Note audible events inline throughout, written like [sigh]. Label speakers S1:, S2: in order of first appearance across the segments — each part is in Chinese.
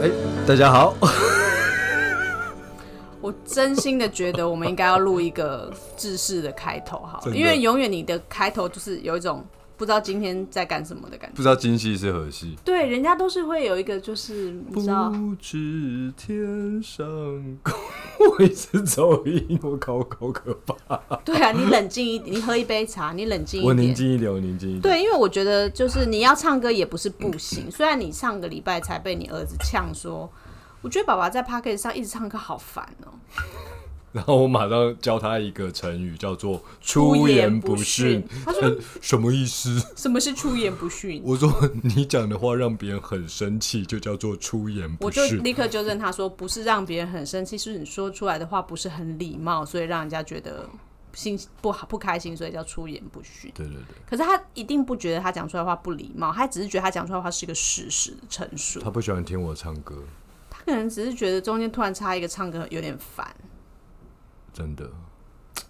S1: 哎大家好， [laughs]
S2: 我真心的觉得我们应该要录一个制式的开头好
S1: 真
S2: 了，
S1: 的
S2: 因为永远你的开头就是有一种不知道今天在干什么的感觉。
S1: 不知道今夕是何夕。
S2: 对，人家都是会有一个，就是你知道，
S1: 不知天上宫，我一直走音，我靠，我好可怕！
S2: 对啊，你冷静一点，你喝一杯茶，你冷静
S1: 我
S2: 一
S1: 宁
S2: 点。
S1: 静一点，我宁静一点。
S2: 对，因为我觉得就是你要唱歌也不是不行，虽然你上个礼拜才被你儿子呛说，我觉得爸爸在 p o c k e t 上一直唱歌好烦哦、
S1: 然后我马上教他一个成语，叫做“
S2: 出
S1: 出
S2: 言
S1: 言
S2: 不
S1: 不
S2: 逊
S1: 逊”
S2: 他说
S1: 呃。 [laughs] 什么意思？
S2: 什么是出言不逊？
S1: 我说你讲的话让别人很生气，就叫做出言
S2: 我
S1: 不
S2: 就
S1: 逊。
S2: 立刻纠正他说，不是让别人很生气，是你说出来的话不是很礼貌，所以让人家觉得心不好不开心，所以叫出言不逊。
S1: 对对对，
S2: 可是他一定不觉得他讲出来的话不礼貌，他只是觉得他讲出来的话是一个事实的陈述。
S1: 他不喜欢听我唱歌，
S2: 他可能只是觉得中间突然插一个唱歌有点烦。
S1: 真的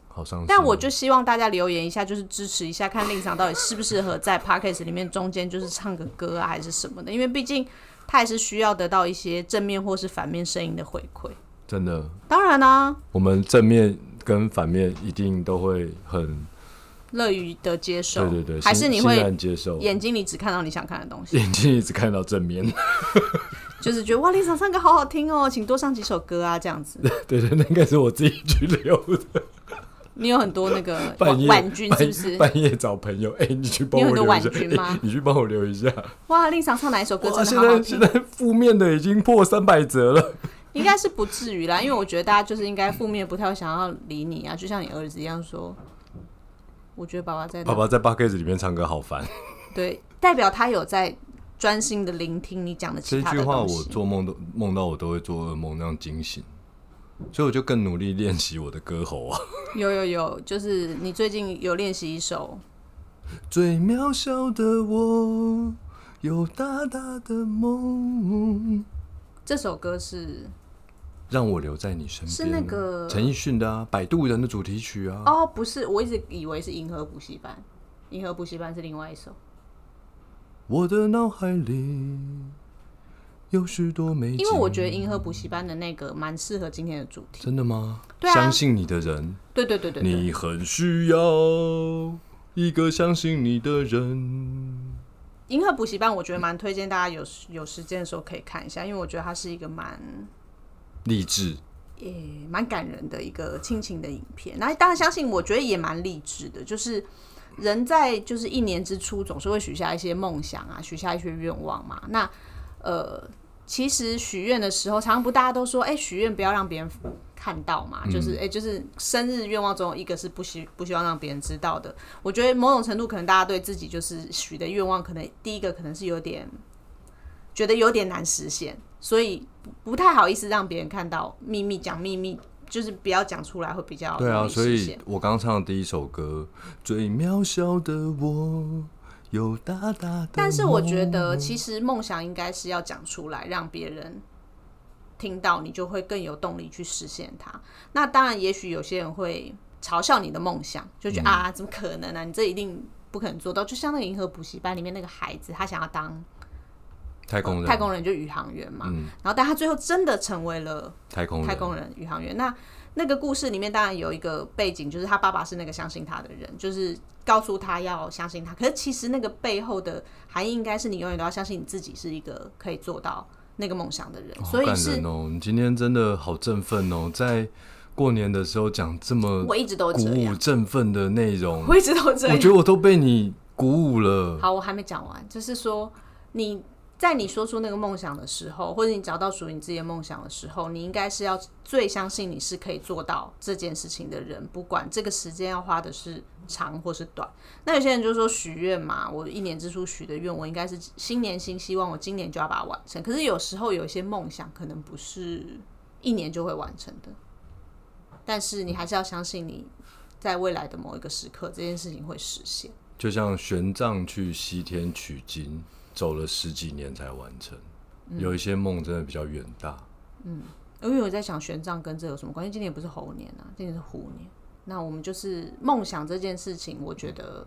S1: 好伤心。哦
S2: 但我就希望大家留言一下，就是支持一下，看令赏到底适不适合在 podcast 里面中间就是唱个歌啊，还是什么的，因为毕竟他也是需要得到一些正面或是反面声音的回馈。
S1: 真的，
S2: 当然啊啦、
S1: 我们正面跟反面一定都会很
S2: 乐于的接受，
S1: 对对对，
S2: 还
S1: 欣
S2: 是你
S1: 欣
S2: 会
S1: 然接受，
S2: 眼睛里只看到你想看的东西， [laughs]
S1: 眼睛一直看到正面， [laughs]
S2: 就是觉得哇，令赏唱歌好好听哦，请多唱几首歌啊，这
S1: [laughs]
S2: 样子。
S1: 对对，那应该是我自己去留的。
S2: 你有很多那个
S1: 半
S2: 婉
S1: 夜
S2: 婉君是不是？
S1: 半半夜找朋友，哎、你去帮我
S2: 你有很多
S1: 留一下，
S2: 婉君吗
S1: 哎你去帮我留一下。
S2: 哇，令赏唱哪一首歌
S1: 哇，
S2: 真
S1: 现
S2: 的好好 [laughs]
S1: 在现
S2: 听？
S1: 在负面的已经破三百折了。
S2: 应该是不至于啦，因为我觉得大家就是应该负面不太会想要理你啊，就像你儿子一样说，我觉得爸爸在哪
S1: 爸爸在八 K 子里面唱歌好烦，
S2: 对，代表他有在专心的聆听你讲的
S1: 这
S2: 其
S1: 一
S2: 他
S1: 句
S2: 的
S1: 话
S2: 东
S1: 我
S2: 西。
S1: 做梦都梦到我都会做噩梦那样惊醒，所以我就更努力练习我的歌喉啊。
S2: 有有有，就是你最近有练习一首，
S1: 最渺小的我，有大大的梦。
S2: 这首歌是
S1: 让我留在你身边，
S2: 是那个
S1: 陈奕迅的啊，《摆渡人》的主题曲啊，
S2: 哦，不是，我一直以为是《银河补习班》，《银河补习班》是另外一首，
S1: 我的脑海里有许多美景。
S2: 因为我觉得《银河补习班》的那个蛮适合今天的主题。
S1: 真的吗？
S2: 对啊
S1: 相信你的人，
S2: 对对对对对，
S1: 你很需要一个相信你的人。
S2: 银河补习班》我觉得蛮推荐大家有时有时间的时候可以看一下，因为我觉得它是一个蛮
S1: 励志，
S2: 也蛮感人的一个亲情的影片。那当然相信，我觉得也蛮励志的，就是人在就是一年之初总是会许下一些梦想啊，许下一些愿望嘛。那呃，其实许愿的时候，常常不大家都说，哎、许愿不要让别人看到嘛，就是哎、就是生日愿望中有一个是不希不希望让别人知道的。我觉得某种程度可能大家对自己就是许的愿望，可能第一个可能是有点觉得有点难实现，所以不不太好意思让别人看到秘密，讲秘密就是不要讲出来会比较
S1: 对
S2: 容
S1: 啊，
S2: 易
S1: 所
S2: 实
S1: 以
S2: 现
S1: 我刚唱的第一首歌《最渺小的我》，有大大的，
S2: 但是我觉得，其实梦想应该是要讲出来，让别人听到，你就会更有动力去实现它。那当然，也许有些人会嘲笑你的梦想，就
S1: 嗯
S2: 觉得、啊，怎么可能呢、你这一定不可能做到。就像那个《银河补习班》里面那个孩子，他想要当
S1: 太空人，嗯
S2: 太空人，就宇航员嘛。然后，但他最后真的成为了
S1: 太空人，
S2: 太空人、宇航员。那那个故事里面当然有一个背景，就是他爸爸是那个相信他的人，就是告诉他要相信他。可是其实那个背后的含义应该是你永远都要相信你自己是一个可以做到那个梦想的人，
S1: 哦
S2: 所
S1: 好
S2: 以
S1: 感
S2: 是
S1: 人哦，你今天真的好振奋哦，在过年的时候讲这么
S2: 我一直都
S1: 鼓
S2: 这样
S1: 舞，振奋的内容，
S2: 我一直都这
S1: 我
S2: 样。
S1: 觉得我都被你鼓舞了。
S2: 好，我还没讲完，就是说你在你说出那个梦想的时候，或者你找到属于你自己的梦想的时候，你应该是要最相信你是可以做到这件事情的人，不管这个时间要花的是长或是短。那有些人就说许愿嘛，我一年之初许的愿，我应该是新年新希望，我今年就要把它完成。可是有时候有一些梦想可能不是一年就会完成的，但是你还是要相信你在未来的某一个时刻，这件事情会实现。
S1: 就像玄奘去西天取经，走了十几年才完成。
S2: 嗯
S1: 有一些梦真的比较远大，
S2: 因为我在想玄奘跟这有什么关系？今年不是猴年啊，今年是虎年。那我们就是梦想这件事情，我觉得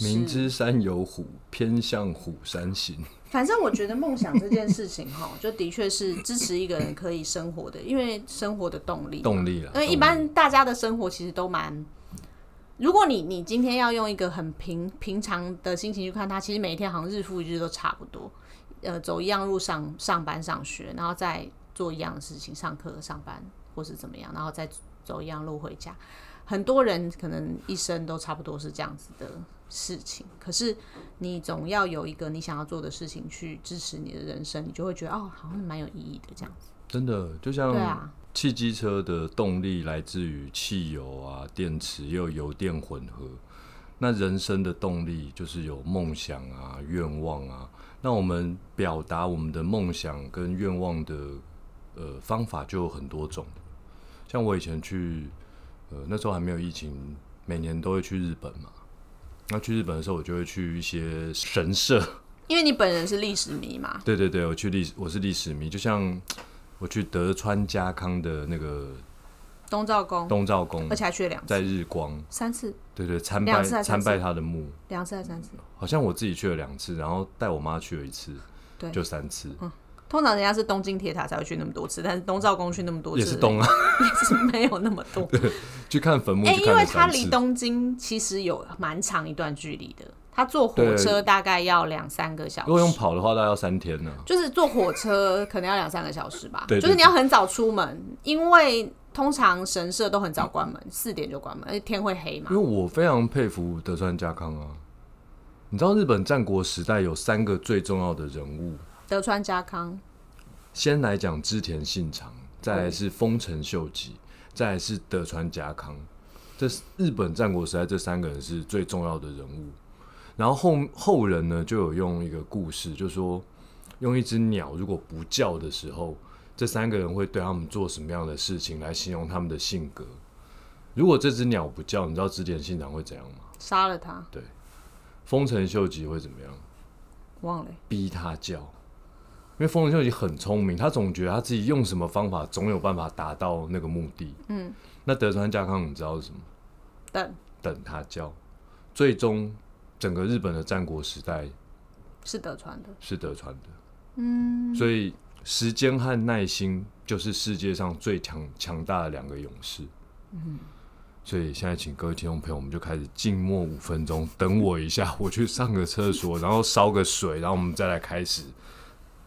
S1: 明知山有虎，偏向虎山行。
S2: 反正我觉得梦想这件事情哈， [laughs] 就的确是支持一个人可以生活的，因为生活的动力。
S1: 动力了，
S2: 啊因为一般大家的生活其实都蛮，如果你你今天要用一个很平平常的心情去看它，其实每一天好像日复一日都差不多，呃，走一样路上上班上学，然后再做一样的事情，上课上班或是怎么样，然后再走一样路回家。很多人可能一生都差不多是这样子的事情，可是你总要有一个你想要做的事情去支持你的人生，你就会觉得哦，好像蛮有意义的这样子。
S1: 真的就
S2: 对
S1: 像
S2: 啊，
S1: 汽机车的动力来自于汽油啊、电池，也有油电混合。那人生的动力就是有梦想啊、愿望啊。那我们表达我们的梦想跟愿望的呃方法就有很多种。像我以前去呃那时候还没有疫情，每年都会去日本嘛。那去日本的时候，我就会去一些神社， [laughs]
S2: 因为你本人是历史迷嘛，
S1: 对对对，我去历史，我是历史迷，就像我去德川家康的那个
S2: 东照宫，
S1: 东照宫
S2: 而，且还去了两
S1: 在
S2: 次、
S1: 日光，
S2: 三次、
S1: 对对，参
S2: 两
S1: 拜
S2: 次还是三
S1: 参
S2: 次
S1: 拜他的墓，
S2: 两次还是三次。
S1: 好像我自己去了两次，然后带我妈去了一次，
S2: 对嗯
S1: 就三次，
S2: 通常人家是东京铁塔才会去那么多次，但是东照宫去那么多次
S1: 也是东啊， [laughs]
S2: 也是 [laughs] 没有那么多。
S1: 去看坟墓
S2: 哎、
S1: 就
S2: 因
S1: 看
S2: 为
S1: 了
S2: 它
S1: 三
S2: 离
S1: 次，
S2: 东京其实有蛮长一段距离的，它坐火
S1: 对
S2: 车大概要两三个小时。
S1: 如果用跑的话，大概要三天呢、
S2: 就是坐火车可能要两三个小时吧，
S1: 对对
S2: 就是你要很早出门，因为通常神社都很早关
S1: 嗯
S2: 门，四点就关门，而且天会黑嘛
S1: 因为。我非常佩服德川家康啊，你知道日本战国时代有三个最重要的人物，
S2: 德川家康，
S1: 先来讲织田信长，再来是丰臣秀吉，再来是德川家康。这是日本战国时代这三个人是最重要的人物。然后后后人呢，就有用一个故事，就说用一只鸟如果不叫的时候，这三个人会对他们做什么样的事情来形容他们的性格。如果这只鸟不叫，你知道织田信长会怎样吗？
S2: 杀了他，
S1: 丰臣秀吉会怎么样？
S2: 忘了、
S1: 逼他叫，因为丰臣秀吉很聪明，他总觉得他自己用什么方法总有办法达到那个目的。嗯，那德川家康你知道是什么？
S2: 等
S1: 等他叫，最终整个日本的战国时代
S2: 是德川的，
S1: 是德川的。嗯，所以时间和耐心就是世界上最强强大的两个勇士。嗯，所以现在请各位听众朋友，我们就开始静默五分钟，等我一下，我去上个厕所，然后烧个水，然后我们再来开始。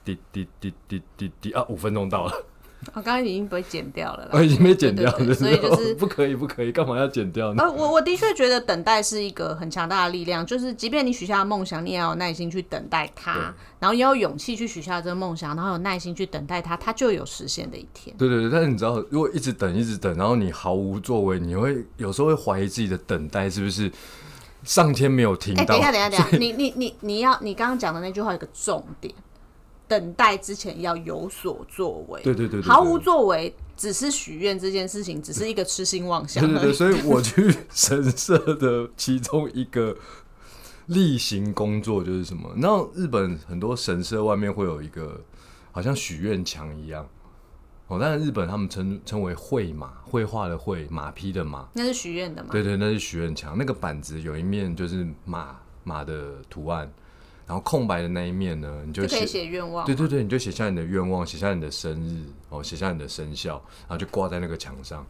S1: 滴滴滴滴滴滴啊！五分钟
S2: [laughs]
S1: 到了，
S2: 我啊刚刚已经被剪掉了
S1: 啊，
S2: 啦。
S1: 已经被剪掉
S2: 对
S1: 了，
S2: 对对所以就
S1: [laughs]
S2: 是
S1: 不可以，不可以，干嘛要剪掉呢？
S2: 呃，我我的确觉得等待是一个很强大的力量，就是即便你许下的梦想，你也要有耐心去等待它，然后也要有勇气去许下这个梦想，然后有耐心去等待它，它就有实现的一天。
S1: 对对对，但是你知道，如果一直等，一直等，然后你毫无作为，你会有时候会怀疑自己的等待是不是上天没有听
S2: 哎、
S1: 到。
S2: 等一下，等一下，等一下，你你你你要你刚刚讲的那句话有个重点，等待之前要有所作为。
S1: 对对对对对
S2: 毫无作为，只是许愿这件事情，只是一个痴心妄想
S1: 对对
S2: 而
S1: 对，
S2: [laughs] 已。
S1: 所以我去神社的其中一个例行工作就是什么？然后日本很多神社外面会有一个好像许愿墙一样，哦，但是日本他们称称为绘马，绘画的绘，马匹的马，
S2: 那是许愿的嘛？
S1: 对对，那是许愿墙。那个板子有一面就是马马的图案，然后空白的那一面呢，你就
S2: 就可
S1: 写
S2: 以写愿望。
S1: 对对对，你就写下你的愿望，写下你的生日，哦，写下你的生肖，然后就挂在那个墙上。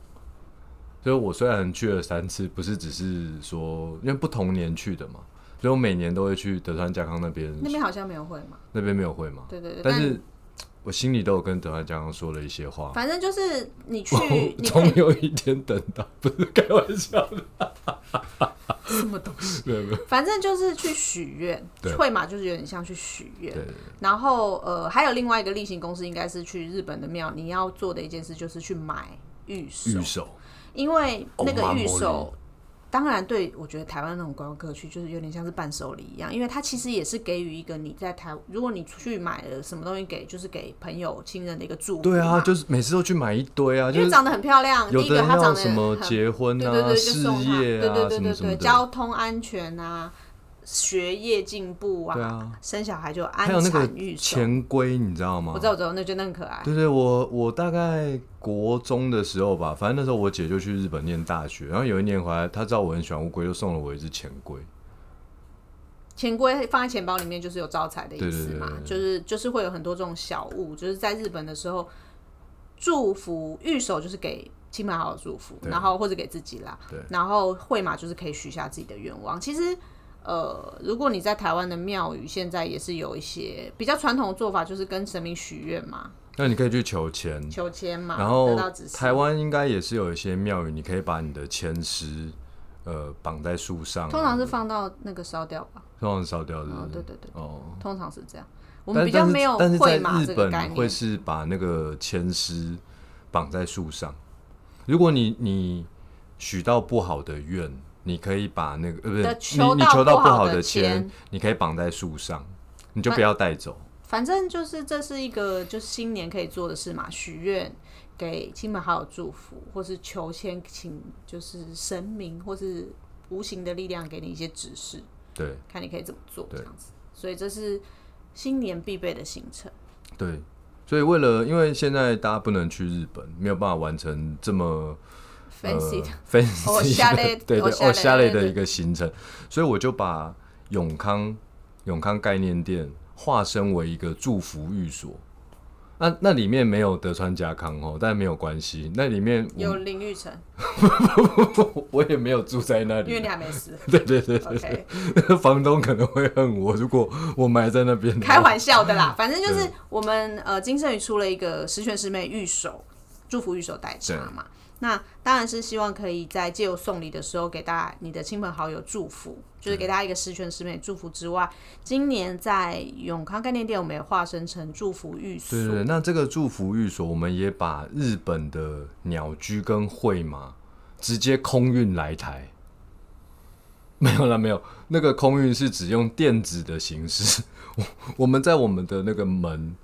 S1: 所以我虽然去了三次，不是只是说，因为不同年去的嘛，所以我每年都会去德川家康那边，
S2: 那边好像没有会嘛？
S1: 那边没有会嘛。
S2: 对对对，
S1: 但是我心里都有跟德川家康说了一些话。
S2: 反正就是你去，
S1: 我
S2: 你可
S1: 终
S2: 以
S1: 有一天等到，不是开玩笑的，
S2: 什么东西？
S1: 没有没有，
S2: 反正就是去许愿
S1: 对，
S2: 会嘛，就是有点像去许愿。
S1: 对对
S2: 然后呃，还有另外一个例行公事，应该是去日本的庙，你要做的一件事就是去买玉手
S1: 对，玉。手，哦
S2: 因为那个预
S1: Omamori
S2: 售，当然对我觉得台湾那种观光客去，就是有点像是伴手礼一样，因为它其实也是给予一个你在台，如果你出去买了什么东西给，就是给朋友亲人的一个祝福嘛。
S1: 对啊，就是每次都去买一堆啊，
S2: 因
S1: 就
S2: 为
S1: 是
S2: 长得很漂亮，第
S1: 有
S2: 一
S1: 的
S2: 个
S1: 人
S2: 它长
S1: 要
S2: 得
S1: 什么
S2: 很
S1: 结婚
S2: 对对
S1: 啊、
S2: 对，就
S1: 事
S2: 送他，
S1: 业
S2: 对对
S1: 啊，什
S2: 对对
S1: 么什
S2: 对，
S1: 么的，
S2: 交通安全啊，学业进步
S1: 对
S2: 啊，
S1: 啊。
S2: 生小孩就
S1: 还有
S2: 安
S1: 那个
S2: 产育手。
S1: 钱龟，你知道吗？
S2: 我知道，我知道，那真的很可爱。
S1: 对对，我我大概国中的时候吧，反正那时候我姐就去日本念大学，然后有一年回来，她知道我很喜欢乌龟，就送了我一只钱龟。
S2: 钱柜放在钱包里面就是有招财的意思
S1: 对对
S2: 嘛，
S1: 对对
S2: 就是就是会有很多这种小物，就是在日本的时候，祝福御守就是给亲朋好友祝福，
S1: 对
S2: 然后或者给自己啦，
S1: 对
S2: 然后会嘛就是可以许下自己的愿望。其实呃，如果你在台湾的庙宇，现在也是有一些比较传统的做法，就是跟神明许愿嘛，
S1: 那你可以去求签，
S2: 求签嘛，
S1: 嗯然后
S2: 得到指示。
S1: 台湾应该也是有一些庙宇，你可以把你的签诗呃绑在树上啊，
S2: 通常是放到那个烧掉吧，
S1: 通常烧掉的。
S2: 哦，对对对，
S1: 哦，
S2: 通常是这样。我们
S1: 但
S2: 比较
S1: 但是
S2: 没有
S1: 但是在
S2: 会嘛这
S1: 日
S2: 个概
S1: 本
S2: 念，
S1: 会是把那个签诗绑在树上。如果你你许到不好的愿，你可以把那个呃不是
S2: 的
S1: 你
S2: 求
S1: 你
S2: 到
S1: 求到
S2: 不好
S1: 好
S2: 的
S1: 的
S2: 签，
S1: 你可以绑在树上，你就
S2: 那
S1: 不要带走。
S2: 反正就是这是一个就是新年可以做的事嘛，许愿给亲朋好友祝福，或是求签请就是神明或是无形的力量给你一些指示，
S1: 对
S2: 看你可以怎么做这
S1: 对
S2: 样子。所以这是新年必备的行程。
S1: 对，所以为了因为现在大家不能去日本，没有办法完成这么
S2: Fancy 的
S1: 呃、fancy
S2: 哦下类
S1: 的 [laughs] 对
S2: 哦
S1: 对
S2: 下类
S1: 哦下类
S2: 对
S1: 的
S2: 对
S1: 一个行程，所以我就把永康永康概念店化身为一个祝福寓所。那那里面没有德川家康哦，但没有关系。那里面
S2: 有淋浴城，
S1: 我我也没有住在那
S2: 因为
S1: 里
S2: 你，还没死。
S1: [laughs] 对对对， [laughs]
S2: OK，
S1: 房东可能会恨我，如果我埋在那边的话。
S2: 开玩笑的
S1: 嗯
S2: 啦，反正就是我们呃，金圣宇出了一个十全十美御守祝福御守代茶嘛。那当然是希望可以在借由送礼的时候给大家你的亲朋好友祝福，就是给大家一个十全十美祝福之外，今年在永康概念店我们也化身成祝福御所
S1: 对，对对，那这个祝福寓所，我们也把日本的鸟居跟会马直接空运来台。 [laughs] 没有啦，没有，那个空运是只用电子的形式。我我们在我们的那个门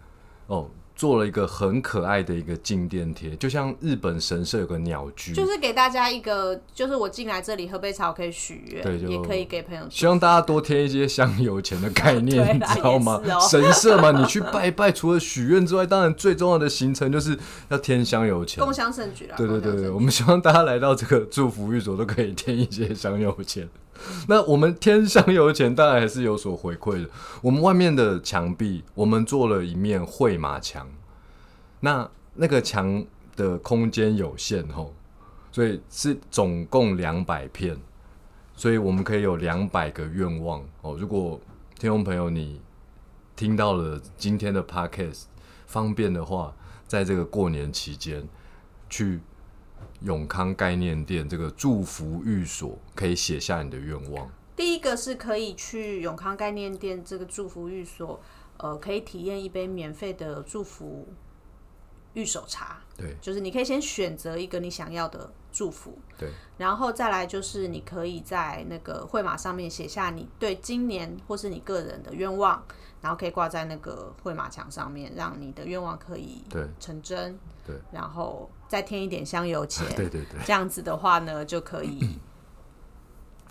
S1: 哦，做了一个很可爱的一个静电贴，就像日本神社有个鸟居，
S2: 就是给大家一个，就是我进来这里喝杯茶，我可以许
S1: 对就
S2: 愿，也可以给朋友祝福。
S1: 希望大家多贴一些香油钱的概
S2: 对啦啊
S1: 念，你知道吗
S2: 也是哦？
S1: 神社嘛，你去拜一拜，除了许愿之外，当然最重要的行程就是要添香油钱。
S2: 共襄盛举啦，
S1: 对对
S2: 共襄
S1: 对对，
S2: 盛举
S1: 我们希望大家来到这个祝福寓所都可以添一些香油钱。那我们添香油钱当然还是有所回馈的。我们外面的墙壁，我们做了一面绘马墙。那那个墙的空间有限吼，所以是总共两百片，所以我们可以有两百个愿望哦。如果听众朋友你听到了今天的 podcast，方便的话，在这个过年期间去永康概念店这个祝福寓所，可以写下你的愿望。
S2: 第一个是可以去永康概念店这个祝福寓所，呃，可以体验一杯免费的祝福御手茶，
S1: 对
S2: 就是你可以先选择一个你想要的祝福，
S1: 对
S2: 然后再来就是你可以在那个会马上面写下你对今年或是你个人的愿望，然后可以挂在那个会马墙上面，让你的愿望可以
S1: 对
S2: 成真，
S1: 对，，
S2: 然后再添一点香油钱
S1: [laughs] 啊对对对，
S2: 这样子的话呢，就
S1: [laughs]
S2: 可以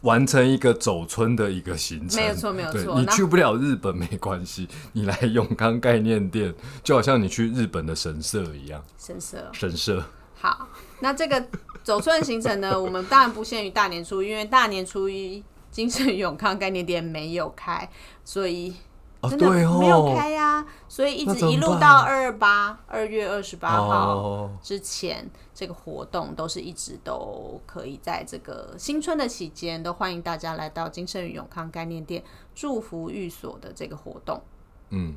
S1: 完成一个走村的一个行程，
S2: 没有错没有
S1: 对
S2: 错
S1: 你
S2: 那
S1: 去不了日本没关系， [laughs] 你来永康概念店，就好像你去日本的神社一样，
S2: 神色。
S1: 神社
S2: 好，那这个走春行程呢，我们当然不限于大年初一，因为大年初一金盛永康概念店没有开，所以
S1: 哦，
S2: 真的
S1: 对
S2: 没有
S1: 哦，
S2: 开呀、所以一
S1: 那
S2: 直
S1: 怎么
S2: 一路
S1: 办
S2: 到二八二月二十八号。
S1: 哦，
S2: 之前这个活动都是一直都可以在这个新春的期间，都欢迎大家来到金盛宇永康概念店祝福寓所的这个活动，
S1: 嗯，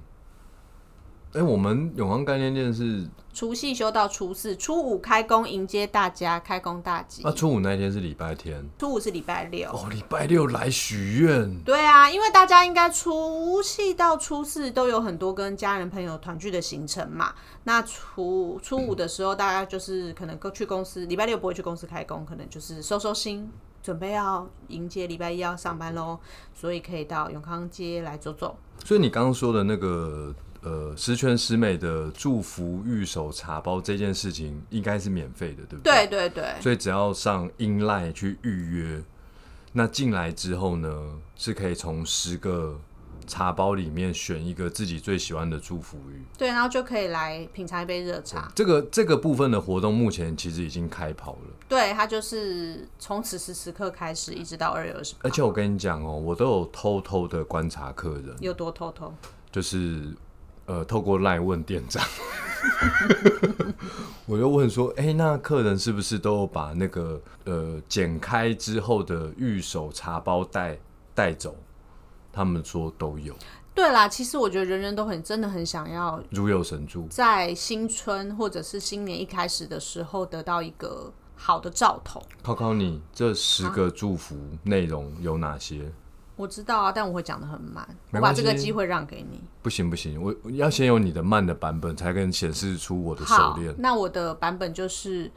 S1: 哎，我们永康概念店是
S2: 除夕休到初四，初五开工迎接大家开工大吉。
S1: 啊，初五那一天是礼拜天，
S2: 初五是礼拜六，
S1: 哦，礼拜六来许愿，
S2: 对啊，因为大家应该除夕到初四都有很多跟家人朋友团聚的行程嘛。那初初五的时候，大家就是可能各去公司，礼拜六不会去公司开工，可能就是收收心，准备要迎接礼拜一要上班喽，所以可以到永康街来走走。
S1: 所以你刚刚说的那个呃十全十美的祝福御守茶包这件事情，应该是免费的，对不对？
S2: 对对对，
S1: 所以只要上 InLine 去预约，那进来之后呢，是可以从十个茶包里面选一个自己最喜欢的祝福语。
S2: 对，然后就可以来品尝一杯热茶。
S1: 这个这个部分的活动目前其实已经开跑了，
S2: 对，它就是从此时此刻开始，一直到二月二十八
S1: 而，且我跟你讲哦，我都有偷偷的观察客人，
S2: 有多偷偷？
S1: 就是呃，透过赖问店长， [laughs] 我就问说，哎、那客人是不是都有把那个呃剪开之后的玉手茶包带带走？他们说都有，
S2: 对啦，其实我觉得人人都很真的很想要
S1: 如有神助。
S2: 在新春或者是新年一开始的时候得到一个好的兆头。
S1: 考考你，这十个祝福内容有哪些？
S2: 我知道啊，但我会讲的很慢，
S1: 没
S2: 我把
S1: 关系
S2: 这个机会让给你。
S1: 不行不行，我我要先有你的慢的版本，才能显示出我的手
S2: 好
S1: 链，。
S2: 那我的版本就是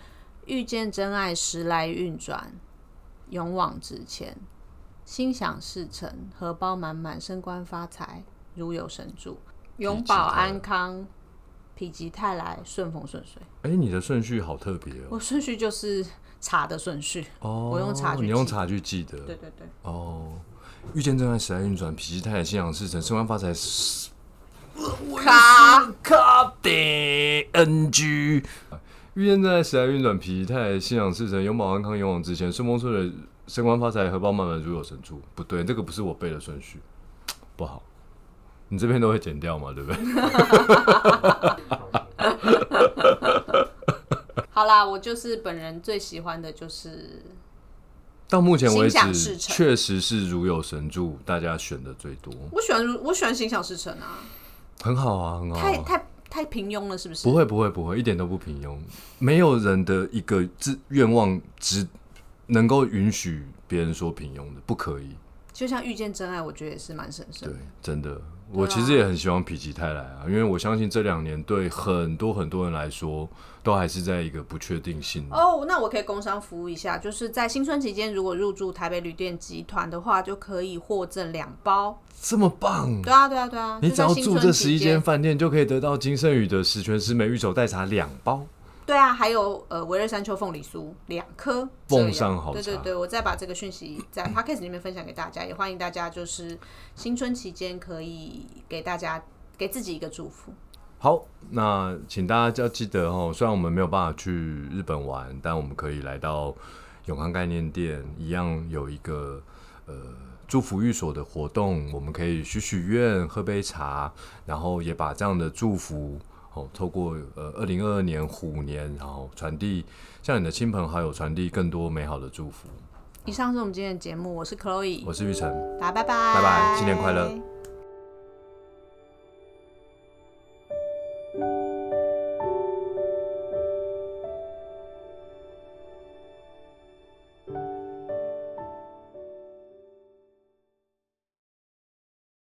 S2: 遇见真爱，时来运转，勇往直前，心想事成，荷包满满，升官发财，如有神助，永保安康，否极泰来，顺风顺水。
S1: 哎、你的顺序好特别哦。
S2: 我顺序就是茶的顺序。
S1: 哦，
S2: 我用茶去
S1: 你用
S2: 记
S1: 茶去记得。
S2: 对对对，
S1: 哦，遇见真爱，时来运转，否极泰来，心想事成，升官发财。呃
S2: 卡。
S1: 卡的 NG。遇见真爱，时来运转，否极泰来，心想事成，永保安康，勇往直前，顺风顺水，升官发财，荷包满满，如有神助。不对，这个不是我背的顺序，不好。你这边都会剪掉嘛，对不对？
S2: 好啦，我就是本人最喜欢的就是
S1: [laughs] 到目前为
S2: 心想事
S1: 止，
S2: 成
S1: 确实是如有神助，大家选的最多，
S2: 我喜欢我喜欢心想事成啊，
S1: 很好啊，很好、啊。
S2: 太太太平庸了，是不是？
S1: 不会不会不会，一点都不平庸。没有人的一个自愿望只能够允许别人说平庸的，不可以。
S2: 就像遇见真爱，我觉得也是蛮神圣
S1: 对
S2: 的。，
S1: 真的，我
S2: 啊
S1: 其实也很希望否极泰来啊，因为我相信这两年对很多很多人来说，都还是在一个不确定性。
S2: 哦那我可以工商服务一下，就是在新春期间，如果入住台北旅店集团的话，就可以获赠两包。
S1: 这么棒！
S2: 对啊，对啊，对啊。
S1: 嗯你
S2: 就
S1: 只
S2: 在
S1: 要
S2: 新
S1: 住
S2: 春
S1: 这
S2: 期
S1: 十一间
S2: 间，
S1: 饭店，就可以得到金圣宇的十全十美玉手代茶两包。
S2: 对啊，还有呃维热山丘凤梨酥两颗，这
S1: 奉
S2: 样
S1: 上好
S2: 对对
S1: 茶
S2: 对，我再把这个讯息在 podcast 里面分享给大家，也欢迎大家就是新春期间可以给大家给自己一个祝福。
S1: 好，那请大家要记得哦，虽然我们没有办法去日本玩，但我们可以来到永康概念店，一样有一个呃祝福寓所的活动，我们可以许许愿、喝杯茶，然后也把这样的祝福哦，透过呃二零二二年虎年，然后传递向你的亲朋好友传递更多美好的祝福。
S2: 以上是我们今天的节目，我是 Chloe，
S1: 我是玉成。
S2: 大家拜拜，
S1: 拜拜新年快乐。